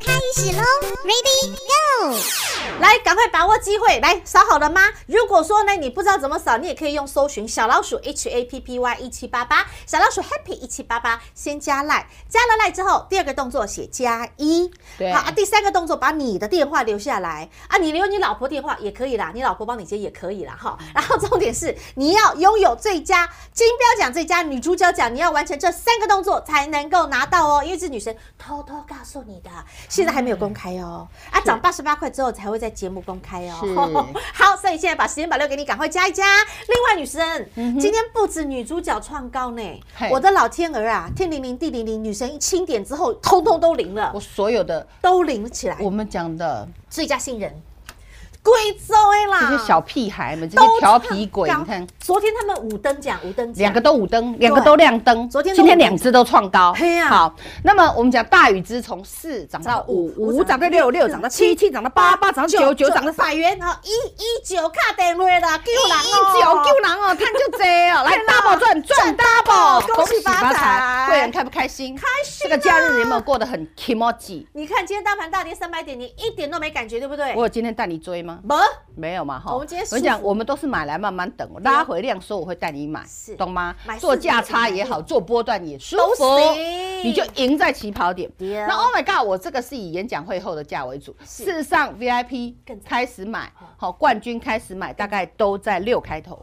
Speaker 4: 开始喽，Ready Go！
Speaker 1: 来，赶快把握机会，来扫好了吗？如果说呢你不知道怎么扫，你也可以用搜寻小老鼠 H A P P Y 一七八八，小老鼠 Happy 一七八八，先加赖，加了赖之后，第二个动作写加一，
Speaker 2: 对
Speaker 1: 好、啊，第三个动作把你的电话留下来啊，你留你老婆电话也可以啦，你老婆帮你接也可以啦哈。然后重点是你要拥有最佳金标奖、最佳女主角奖，你要完成这三个动作才能够拿到哦，因为是女神偷偷告诉你的，现在还没有公开哦，啊，涨八十八块之后才会在节目公开
Speaker 2: 嗯是
Speaker 1: 哦。 好，所以现在把时间把六给你，赶快加一加。另外，女神、今天不止女主角创高呢
Speaker 2: 嗯嘿，
Speaker 1: 我的老天儿啊，天灵灵地灵灵，女神一清点之后，通通都灵了
Speaker 2: 我，所有的
Speaker 1: 都灵了起来。
Speaker 2: 我们讲的
Speaker 1: 最佳新人，贵州的啦，
Speaker 2: 这些小屁孩们，这
Speaker 1: 都
Speaker 2: 些调皮鬼，
Speaker 1: 唱
Speaker 2: 你看
Speaker 1: 高，昨天他们五等奖，五等奖，
Speaker 2: 两个都五灯，两个都亮灯，
Speaker 1: 昨天都
Speaker 2: 今天两只都创高，
Speaker 1: 嘿呀
Speaker 2: 好，那么我们讲大禹之从四涨到五，
Speaker 1: 五
Speaker 2: 五涨到六，六涨到七，七涨到八，八涨到九，九涨到十。
Speaker 1: 百元哦，一一九卡电话啦，救人
Speaker 2: 一
Speaker 1: 哦，
Speaker 2: 九救人哦， 看就贼哦，来 double 赚赚
Speaker 1: double，
Speaker 2: double，
Speaker 1: 恭喜发财
Speaker 2: 会员开不开心？啊开
Speaker 1: 心啊
Speaker 2: 这个假日你有没有过得很 i m o j i
Speaker 1: 你看今天大盘大跌三百点，你一点都没感觉，对不对？
Speaker 2: 我有今天带你追吗？
Speaker 1: 没
Speaker 2: 没有嘛哈，
Speaker 1: 哦我们今天舒服
Speaker 2: 跟你讲，我们都是买来慢慢等，拉回量说我会带你买
Speaker 1: 是，
Speaker 2: 懂吗
Speaker 1: 买？四
Speaker 2: 做
Speaker 1: 只
Speaker 2: 价差
Speaker 1: 买
Speaker 2: 也
Speaker 1: 六
Speaker 2: 好，做波段也舒
Speaker 1: 都
Speaker 2: 服
Speaker 1: 行，
Speaker 2: 你就赢在起跑点。
Speaker 1: 对啊
Speaker 2: 那 Oh my God，我这个是以演讲会后的价为主，
Speaker 1: 是
Speaker 2: 事实上 VIP
Speaker 1: 更早哦
Speaker 2: 开始买，好冠军开始买，大概都在六开头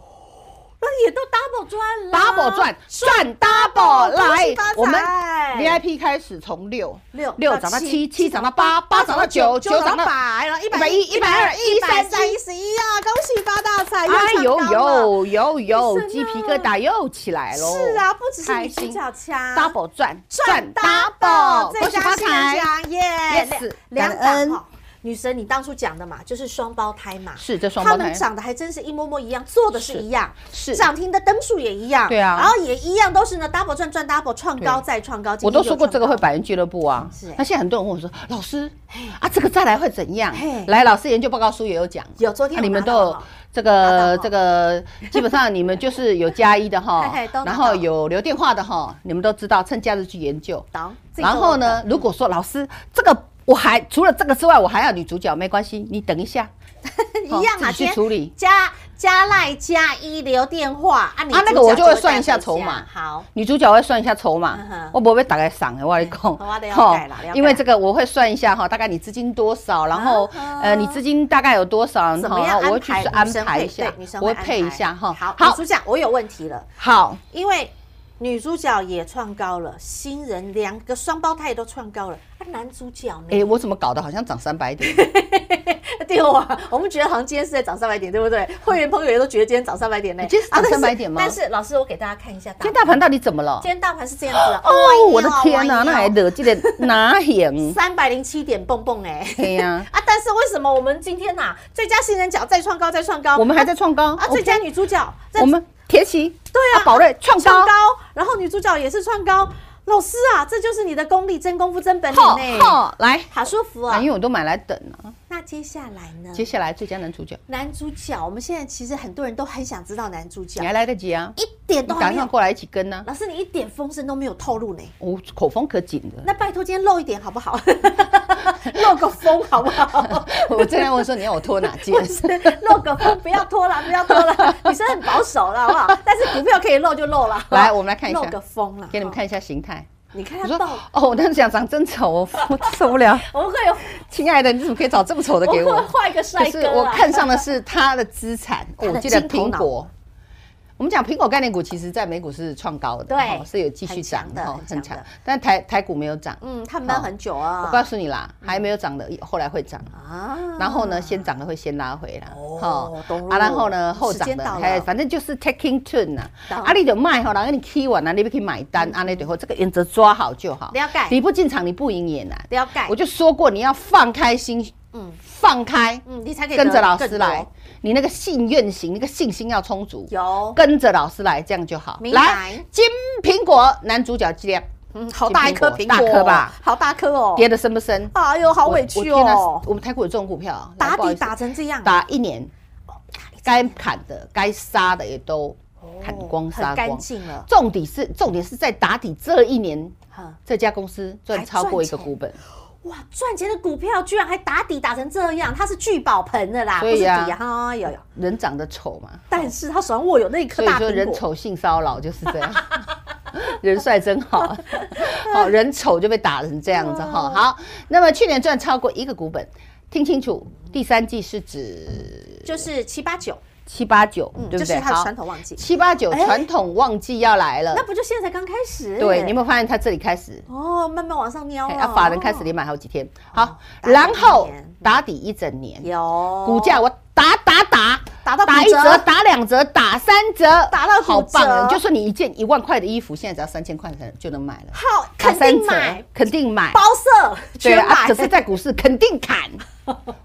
Speaker 1: 那也都 double 赚了
Speaker 2: ，double 赚赚 double 来
Speaker 1: 哦恭喜发财，
Speaker 2: 我们 VIP 开始从六
Speaker 1: 六
Speaker 2: 六涨到七，七涨到八，八涨到九，九涨到
Speaker 1: 百，然后一
Speaker 2: 百一一百二一三
Speaker 1: 三
Speaker 2: 三
Speaker 1: 一十一啊！恭喜发大财！又
Speaker 2: 哎
Speaker 1: 创
Speaker 2: 呦
Speaker 1: 高了
Speaker 2: 呦呦呦，
Speaker 1: 神啊
Speaker 2: 鸡皮疙瘩又起来喽！
Speaker 1: 是啊，不只是
Speaker 2: 开
Speaker 1: 女主
Speaker 2: 心
Speaker 1: 角强
Speaker 2: ，double 赚
Speaker 1: 赚 double，
Speaker 2: double，
Speaker 1: 最
Speaker 2: 恭喜
Speaker 1: 佳
Speaker 2: 发
Speaker 1: 新人
Speaker 2: 财！
Speaker 1: 奖耶
Speaker 2: Yes，
Speaker 1: 两两
Speaker 2: 感恩
Speaker 1: 档哦女神，你当初讲的嘛，就是双胞胎嘛，
Speaker 2: 是这双
Speaker 1: 他
Speaker 2: 胞
Speaker 1: 们
Speaker 2: 胎，
Speaker 1: 长得还真是一模模一样，做的是
Speaker 2: 是
Speaker 1: 一样，
Speaker 2: 是
Speaker 1: 涨停的灯数也一样，
Speaker 2: 对啊
Speaker 1: 然后也一样，都是呢 double 赚赚 double，创高再创高。
Speaker 2: 我都说过这个会
Speaker 1: 今天又创高
Speaker 2: 百元俱乐部啊
Speaker 1: 是。
Speaker 2: 那现在很多人问我说，老师啊，这个再来会怎样
Speaker 1: 嘿？
Speaker 2: 来，老师研究报告书也有讲，
Speaker 1: 有昨天
Speaker 2: 啊
Speaker 1: 有
Speaker 2: 你们
Speaker 1: 拿
Speaker 2: 都
Speaker 1: 到
Speaker 2: 有
Speaker 1: 哈
Speaker 2: 这
Speaker 1: 拿到
Speaker 2: 个
Speaker 1: 哈
Speaker 2: 这个，基本上你们就是有加一的哈
Speaker 1: 嘿嘿都拿，到
Speaker 2: 然后有留电话的哈，你们都知道，趁假日去研究。
Speaker 1: 懂自己
Speaker 2: 然后呢，如果说老师这个我还除了这个之外，我还要女主角，没关系，你等一下，
Speaker 1: 一样啊，
Speaker 2: 自己
Speaker 1: 先
Speaker 2: 去处理。
Speaker 1: 加加赖加一留电话啊，你
Speaker 2: 啊那个
Speaker 1: 主角
Speaker 2: 我就会算一下
Speaker 1: 带回家
Speaker 2: 筹码
Speaker 1: 好，
Speaker 2: 女主角我会算一下筹码
Speaker 1: 嗯哼，
Speaker 2: 我不会打开赏的，我跟你
Speaker 1: 嗯
Speaker 2: 讲，
Speaker 1: 好啊了解
Speaker 2: 吼
Speaker 1: 啦了解
Speaker 2: 因为这个我会算一下哈，大概你资金多少，然后
Speaker 1: 啊
Speaker 2: 呃你资金大概有多少，
Speaker 1: 怎么样
Speaker 2: 然嗯后我
Speaker 1: 安
Speaker 2: 会去
Speaker 1: 排？
Speaker 2: 安
Speaker 1: 女生
Speaker 2: 排
Speaker 1: 配
Speaker 2: 一下
Speaker 1: 对女，生
Speaker 2: 我会
Speaker 1: 安
Speaker 2: 配一
Speaker 1: 排
Speaker 2: 下哈。
Speaker 1: 好，
Speaker 2: 好
Speaker 1: 女主角，我有问题了，
Speaker 2: 好，
Speaker 1: 因为女主角也创高了，新人两个双胞胎也都创高了，啊，男主角呢？
Speaker 2: 哎，我怎么搞的，好像涨三百点？
Speaker 1: 对哇，我们觉得好像今天是在涨三百点，对不对？会员朋友也都觉得今天涨三百点呢。
Speaker 2: 今天是
Speaker 1: 啊但是
Speaker 2: 涨300点吗
Speaker 1: 但是老师，我给大家看一下大
Speaker 2: 今
Speaker 1: 盘，
Speaker 2: 天大盘到底怎么了
Speaker 1: 今？天大盘是这样子的。
Speaker 2: 哦，我的天哪，那还惹这个哪 行？
Speaker 1: 三百零七点蹦蹦哎、
Speaker 2: 对呀，
Speaker 1: 啊！但是为什么我们今天呐、最佳新人奖再创高再创高，
Speaker 2: 我们还在创高
Speaker 1: 啊，最佳女主角在
Speaker 2: 我们铁骑
Speaker 1: 对啊
Speaker 2: 宝瑞创
Speaker 1: 创
Speaker 2: 高
Speaker 1: 高，，然后女主角也是创高。老师啊，这就是你的功力，真功夫真本领
Speaker 2: 吼
Speaker 1: 呢、
Speaker 2: 吼来。
Speaker 1: 好舒服
Speaker 2: 啊，
Speaker 1: 啊
Speaker 2: 因！为我都买来等啊，
Speaker 1: 那接下来呢？
Speaker 2: 接下来最佳男主角，
Speaker 1: 男嗯主角，我们现在其实很多人都很想知道男主角
Speaker 2: 你，还来得及啊？
Speaker 1: 一点
Speaker 2: 你
Speaker 1: 都还
Speaker 2: 打
Speaker 1: 没
Speaker 2: 电话
Speaker 1: 有。
Speaker 2: 过来一起跟呢、
Speaker 1: 老师，你一点风声都没有透露呢。
Speaker 2: 我口风可紧了。
Speaker 1: 那拜托，今天露一点好不好？露个风好不好？
Speaker 2: 我正在问说你要我拖哪 件？
Speaker 1: 不是露个风，不要拖了，不要 拖了。女生很保守了，好不好？但是股票可以露就露了。
Speaker 2: 来我们来看一下
Speaker 1: 露个风了，
Speaker 2: 给你们看一下形态。
Speaker 1: 哦。你看
Speaker 2: 我
Speaker 1: 他
Speaker 2: 说
Speaker 1: 爆，
Speaker 2: 哦，我当时想长真 丑，我我受不了。
Speaker 1: 我们会有，
Speaker 2: 亲爱的，你怎么可以找这么丑的
Speaker 1: 我
Speaker 2: 给
Speaker 1: 会
Speaker 2: 我？
Speaker 1: 画一个帅
Speaker 2: 可
Speaker 1: 哥啊
Speaker 2: 是
Speaker 1: 啦。
Speaker 2: 我看上的是他的资产，
Speaker 1: 他的
Speaker 2: 哦我记得
Speaker 1: 金头
Speaker 2: 苹
Speaker 1: 脑
Speaker 2: 果。我们讲苹果概念股，其实在美股是创高的，
Speaker 1: 对
Speaker 2: 哦是有继续
Speaker 1: 很
Speaker 2: 涨
Speaker 1: 强的
Speaker 2: 哦
Speaker 1: 很
Speaker 2: 很
Speaker 1: 强
Speaker 2: 强
Speaker 1: 的。
Speaker 2: 但台台股没有涨，
Speaker 1: 嗯，他们班很久啊。
Speaker 2: 我告诉你啦，还没有涨的，后来会涨。
Speaker 1: 啊，
Speaker 2: 然后呢，先涨的会先拉回来，
Speaker 1: 哦
Speaker 2: 齁
Speaker 1: 懂了
Speaker 2: 啊，然后呢，后
Speaker 1: 时
Speaker 2: 涨
Speaker 1: 间到
Speaker 2: 的，
Speaker 1: 了
Speaker 2: 哎，反正就是 taking turn 呐，
Speaker 1: 懂
Speaker 2: 啊，你就卖哈，然后你 key 完了，你就可以买单，啊，那最后这个原则抓好就好。
Speaker 1: 嗯了解
Speaker 2: 你不进场，你不赢也难。
Speaker 1: 不要盖
Speaker 2: 我，就说过，你要放开心，
Speaker 1: 嗯
Speaker 2: 放开，
Speaker 1: 嗯，你才可以
Speaker 2: 跟
Speaker 1: 得
Speaker 2: 着老
Speaker 1: 更
Speaker 2: 师来
Speaker 1: 多，
Speaker 2: 你那个信愿型，那个信心要充足，
Speaker 1: 有，
Speaker 2: 跟着老师来，这样就好。
Speaker 1: 明白
Speaker 2: 来，金苹果男主角剂量
Speaker 1: 嗯，好大一颗苹
Speaker 2: 金苹
Speaker 1: 果，
Speaker 2: 果大颗吧
Speaker 1: 好大颗哦，
Speaker 2: 跌的深不深？
Speaker 1: 哎呦，好委屈
Speaker 2: 我我天哪
Speaker 1: 哦，
Speaker 2: 我们台股有这种股票啊，来
Speaker 1: 打
Speaker 2: 不好意
Speaker 1: 底
Speaker 2: 思
Speaker 1: 打成这样，
Speaker 2: 打一年，该砍的、该杀的也都砍光、杀
Speaker 1: 哦很干
Speaker 2: 光。
Speaker 1: 净了，
Speaker 2: 重点是重点是在打底这一年，
Speaker 1: 哈，
Speaker 2: 这家公司赚超过一个
Speaker 1: 还赚钱
Speaker 2: 股本，
Speaker 1: 哇，赚钱的股票居然还打底打成这样，它是聚宝盆的啦，不
Speaker 2: 所
Speaker 1: 是
Speaker 2: 以
Speaker 1: 底啊，
Speaker 2: 啊
Speaker 1: 哈，有有，
Speaker 2: 人长得丑嘛，
Speaker 1: 但是他手上握有那一颗
Speaker 2: 所以
Speaker 1: 大
Speaker 2: 说
Speaker 1: 苹
Speaker 2: 人
Speaker 1: 果，
Speaker 2: 丑性骚扰就是这样。 人帅真 好，好人丑就被打成这样子
Speaker 1: 哦
Speaker 2: 哈。好，那么去年赚超过一个股本，听清楚，第三季是指
Speaker 1: 就是七八九，
Speaker 2: 七八九，
Speaker 1: 嗯，
Speaker 2: 对
Speaker 1: 就
Speaker 2: 不
Speaker 1: 是
Speaker 2: 对？
Speaker 1: 它的
Speaker 2: 好
Speaker 1: 传，统旺季，
Speaker 2: 七八九
Speaker 1: 哎
Speaker 2: 传统旺季要来了
Speaker 1: 那，不就现在才刚开始？
Speaker 2: 对，你有没有发现它这里开始
Speaker 1: 哦，慢慢往上瞄
Speaker 2: 哎
Speaker 1: 了，
Speaker 2: 啊，法人开始连买好几天，好，
Speaker 1: 打底
Speaker 2: 然后
Speaker 1: 一年
Speaker 2: 打底一整年，
Speaker 1: 有
Speaker 2: 股价我打打打
Speaker 1: 打到
Speaker 2: 打
Speaker 1: 骨
Speaker 2: 一
Speaker 1: 折
Speaker 2: 折，打两折，打三折，
Speaker 1: 打到骨折
Speaker 2: 好棒哦！就算你一件一万块的衣服，现在只要三千块才能就能买了，
Speaker 1: 好，
Speaker 2: 打
Speaker 1: 肯定
Speaker 2: 三折
Speaker 1: 买，
Speaker 2: 肯定买，
Speaker 1: 包色
Speaker 2: 对
Speaker 1: 全
Speaker 2: 啊，
Speaker 1: 买，
Speaker 2: 可是，在股市肯定 砍，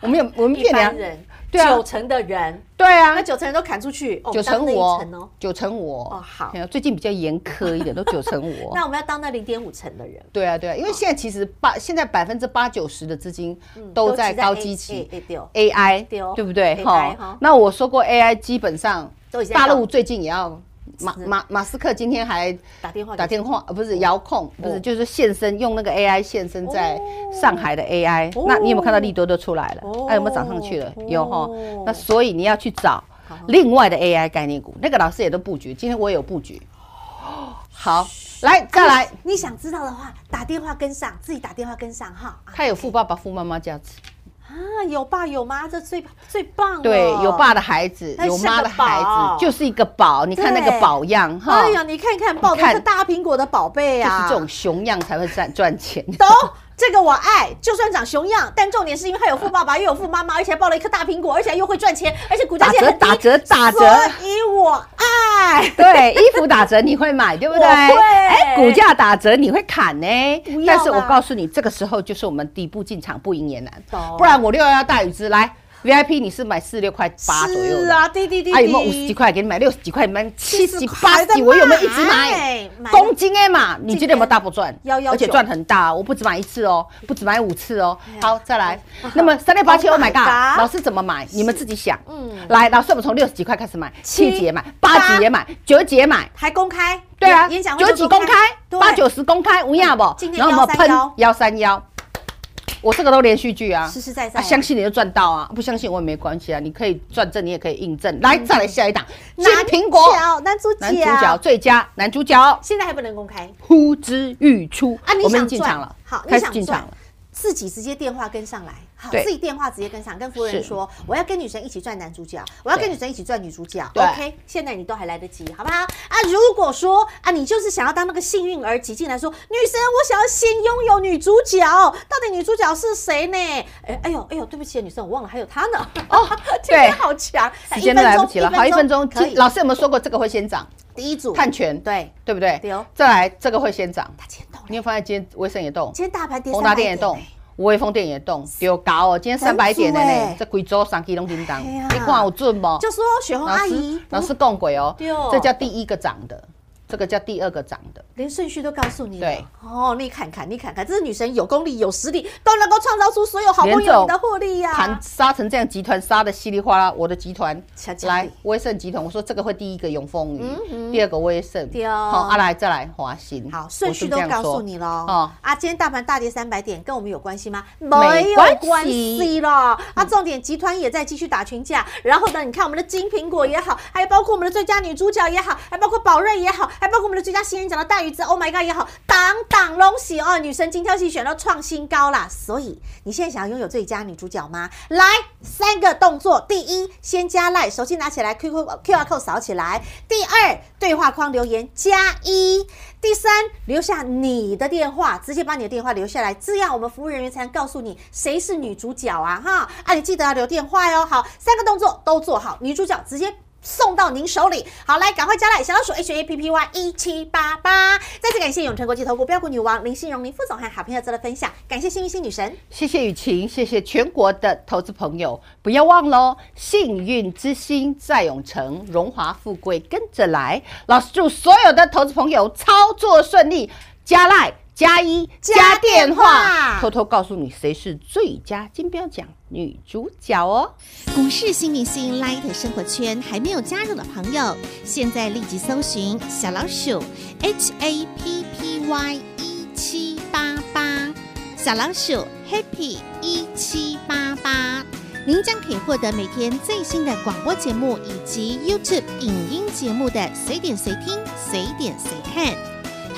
Speaker 2: 我们有我们
Speaker 1: 一
Speaker 2: 骗
Speaker 1: 般
Speaker 2: 人，
Speaker 1: 人
Speaker 2: 对啊
Speaker 1: 九成的人，
Speaker 2: 对啊
Speaker 1: 那，九成人都砍出去，哦
Speaker 2: 九成
Speaker 1: 我们
Speaker 2: 五
Speaker 1: 当那一层
Speaker 2: 哦
Speaker 1: 哦，，
Speaker 2: 九成五哦
Speaker 1: 哦好
Speaker 2: 对啊最近比较严苛一 点，都九成五哦。
Speaker 1: 那我们要当那零点五成的人，
Speaker 2: 对啊，对啊，因为现在其实八现在百分之八九十的资金
Speaker 1: 嗯
Speaker 2: 都在高基期，
Speaker 1: 哎对哦
Speaker 2: AI
Speaker 1: 对哦
Speaker 2: 对不对？
Speaker 1: AI 哈
Speaker 2: 那我说过 AI 基本上
Speaker 1: 都已经在
Speaker 2: 大
Speaker 1: 高
Speaker 2: 陆最近也要马马马斯克今天还
Speaker 1: 打电话给
Speaker 2: 打电话，呃不是遥控，不
Speaker 1: 哦
Speaker 2: 是就是现身用那个 AI 现身在上海的 AI，
Speaker 1: 哦
Speaker 2: 那你有没有看到利多都出来了
Speaker 1: 哦？
Speaker 2: 那有没有涨上去了？有哈
Speaker 1: 哦，
Speaker 2: 那所以你要去找另外的 AI 概念股，那个老师也都布局，今天我也有布局。好，来再来，
Speaker 1: 啊你想知道的话，打电话跟上，自己打电话跟上哈。啊
Speaker 2: 他有富爸爸、富妈妈价值。
Speaker 1: 啊，有爸有妈，这最最棒哦了。
Speaker 2: 对，有爸。的孩子，
Speaker 1: 那
Speaker 2: 有
Speaker 1: 是
Speaker 2: 妈
Speaker 1: 个
Speaker 2: 的孩
Speaker 1: 宝
Speaker 2: 子，就是一个宝。你看那个
Speaker 1: 对
Speaker 2: 宝样哈，
Speaker 1: 哎呀，你看看抱着一
Speaker 2: 看
Speaker 1: 个大苹果的宝贝
Speaker 2: 就是
Speaker 1: 啊，
Speaker 2: 这种熊样才会赚赚 钱。
Speaker 1: 懂这个我爱，就算长熊样，但重点是因为他有富爸爸，又有富妈妈，而且还抱了一颗大苹果，而且又会赚钱，而且股价
Speaker 2: 打
Speaker 1: 现在
Speaker 2: 折
Speaker 1: 很低
Speaker 2: 打折打折，
Speaker 1: 所以我爱。
Speaker 2: 对，衣服打折你会买，对不对？
Speaker 1: 我会
Speaker 2: 股价打折你会砍呢、
Speaker 1: 不要
Speaker 2: 但
Speaker 1: 啦
Speaker 2: 是我告诉你，这个时候就是我们底部进场不赢也难
Speaker 1: 懂，
Speaker 2: 不然我六幺幺大禹之来 VIP 你是买四十六块八左右的。
Speaker 1: 是啊，滴滴滴滴，
Speaker 2: 啊，有没有五十几块给你买？六十几块你买？七十几、
Speaker 1: 70
Speaker 2: 八十几？我有没有一直
Speaker 1: 买
Speaker 2: 买？
Speaker 1: 买
Speaker 2: 公斤哎嘛，你
Speaker 1: 今
Speaker 2: 觉得有没有
Speaker 1: 天
Speaker 2: 大不赚？
Speaker 1: 119
Speaker 2: 而且赚很大哦，我不止买一次哦，不止买五次哦。好，再来
Speaker 1: 嗯，
Speaker 2: 那么三六八七
Speaker 1: Oh
Speaker 2: ，Oh
Speaker 1: my
Speaker 2: my
Speaker 1: god
Speaker 2: god，老师怎么买？你们自己想。
Speaker 1: 嗯
Speaker 2: 嗯，来，老师，我们从六十几块开始买，
Speaker 1: 七
Speaker 2: 七级也买，八级也买，九级也买。
Speaker 1: 还公开？
Speaker 2: 对啊，
Speaker 1: 演演讲会
Speaker 2: 九几
Speaker 1: 就
Speaker 2: 公开，
Speaker 1: 对
Speaker 2: 八九十公开，无恙不
Speaker 1: 今？天
Speaker 2: 然后我们喷
Speaker 1: 131
Speaker 2: 幺三幺，我这个都连续剧啊，
Speaker 1: 实实在在啊
Speaker 2: 啊相信你就赚到啊，不相信我也没关系啊，你可以转正，你也可以印
Speaker 1: 嗯
Speaker 2: 证。来，再来下一档，金
Speaker 1: 男
Speaker 2: 苹果
Speaker 1: 角男主角，
Speaker 2: 男主角最佳男主角
Speaker 1: 现在还不能公开。
Speaker 2: 呼之欲出
Speaker 1: 啊你
Speaker 2: 我们
Speaker 1: 想
Speaker 2: 进
Speaker 1: 赚
Speaker 2: 场了，
Speaker 1: 好你
Speaker 2: 开始
Speaker 1: 想
Speaker 2: 进
Speaker 1: 赚
Speaker 2: 场了，
Speaker 1: 自己直接电话跟上来，好，
Speaker 2: 对
Speaker 1: 自己电话直接跟上，跟夫人
Speaker 2: 是
Speaker 1: 说，我要跟女神一起赚男主角，我要跟
Speaker 2: 对
Speaker 1: 女神一起赚女主角。
Speaker 2: 对
Speaker 1: OK，现在你都还来得及，好不好？啊，如果说啊，你就是想要当那个幸运儿挤进来说，女神，我想要先拥有女主角，到底女主角是谁呢？哎，哎呦，哎呦，对不起，女生，我忘了还有她呢。哦， 今天
Speaker 2: 对
Speaker 1: 好强，哎
Speaker 2: 时间都来不及了，好，一分钟。
Speaker 1: 可
Speaker 2: 进
Speaker 1: 以。
Speaker 2: 老师有没有说过这个会先涨？
Speaker 1: 第一组，
Speaker 2: 碳权
Speaker 1: 对，
Speaker 2: 对不对？
Speaker 1: 对哦
Speaker 2: 再来这个会先涨，
Speaker 1: 他今天动了，
Speaker 2: 你有发现今天威盛也动，
Speaker 1: 今天大盘跌，
Speaker 2: 宏达电也动，五威风电也动，丢高哦！今天三百点的
Speaker 1: 很准欸
Speaker 2: 呢，这贵州三基拢叮当，
Speaker 1: 哎呀
Speaker 2: 你看有准不？
Speaker 1: 就说雪红
Speaker 2: 哦老
Speaker 1: 阿
Speaker 2: 师
Speaker 1: 姨，
Speaker 2: 老师共轨哦
Speaker 1: 对哦，
Speaker 2: 这叫第一个涨的，这个叫第二个涨的。
Speaker 1: 连顺序都告诉你了。
Speaker 2: 对，
Speaker 1: 哦，你看看，你看看，这是女神有功力、有实力，都能够创造出所有好朋
Speaker 2: 连这
Speaker 1: 友
Speaker 2: 种
Speaker 1: 你的获利呀、
Speaker 2: 盘杀成这样，集团杀的稀里哗啦。我的集团
Speaker 1: 强劲
Speaker 2: 来威盛集团，我说这个会第一个永丰鱼，第二个威盛，
Speaker 1: 嗯对哦
Speaker 2: 好，啊来再来华兴，
Speaker 1: 好，顺序
Speaker 2: 嗯我
Speaker 1: 都
Speaker 2: 就这样
Speaker 1: 告
Speaker 2: 说
Speaker 1: 诉你了。
Speaker 2: 哦
Speaker 1: 啊，今天大盘大跌三百点，跟我们有关系吗？
Speaker 2: 没
Speaker 1: 没有
Speaker 2: 关
Speaker 1: 关
Speaker 2: 系嗯
Speaker 1: 系了。啊，重点集团也在继续打群架。然后呢，你看我们的金苹果也好，还有包括我们的最佳女主角也好，还包括宝瑞也好，还包括我们的最佳新人奖的大鱼子，Oh my god 也好，档档龙喜哦，女神精挑细选到创新高啦。所以你现在想要拥有最佳女主角吗？来，三个动作：第一，先加赖，手机拿起来，Q Q Q R code 扫起来；第二，对话框留言加一；第三，留下你的电话，直接把你的电话留下来，这样我们服务人员才能告诉你谁是女主角啊！哈，啊，你记得要留电话哟。好，三个动作都做好，女主角直接。送到您手里，好来，赶快加来小老鼠 H A P P Y 一七八八。再次感谢永诚国际投顾标股女王林信荣林副总和好朋友做的分享，感谢幸运星女神。
Speaker 2: 谢谢雨晴，谢谢全国的投资朋友，不要忘喽！幸运之星在永城，荣华富贵跟着来。老师祝所有的投资朋友操作顺利，加赖加一
Speaker 1: 加电话
Speaker 2: 偷偷告诉你谁是最佳金标奖女主角哦。
Speaker 4: 股市新明星 Light 生活圈还没有加入的朋友，现在立即搜寻小老鼠 HAPPY 一 E 七八八，小老鼠 Happy 一七八八，您将可以获得每天最新的广播节目以及 YouTube 影音节目的随点随听、随点随看。